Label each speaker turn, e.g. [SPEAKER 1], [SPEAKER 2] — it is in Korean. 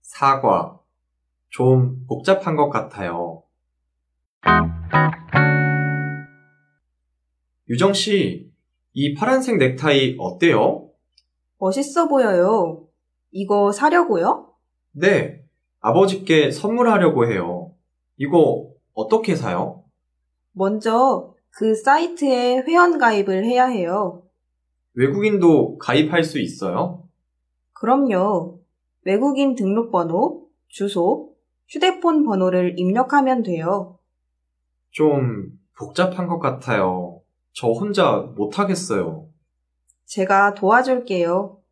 [SPEAKER 1] 사과. 좀 복잡한 것 같아요. 유정 씨, 이 파란색 넥타이 어때요?
[SPEAKER 2] 멋있어 보여요. 이거 사려고요?
[SPEAKER 1] 네, 아버지께 선물하려고 해요. 이거 어떻게 사요?
[SPEAKER 2] 먼저 그 사이트에 회원가입을 해야 해요.
[SPEAKER 1] 외국인도 가입할 수 있어요?
[SPEAKER 2] 그럼요. 외국인 등록번호, 주소, 휴대폰 번호를 입력하면 돼요.
[SPEAKER 1] 좀 복잡한 것 같아요. 저 혼자 못하겠어요.
[SPEAKER 2] 제가 도와줄게요.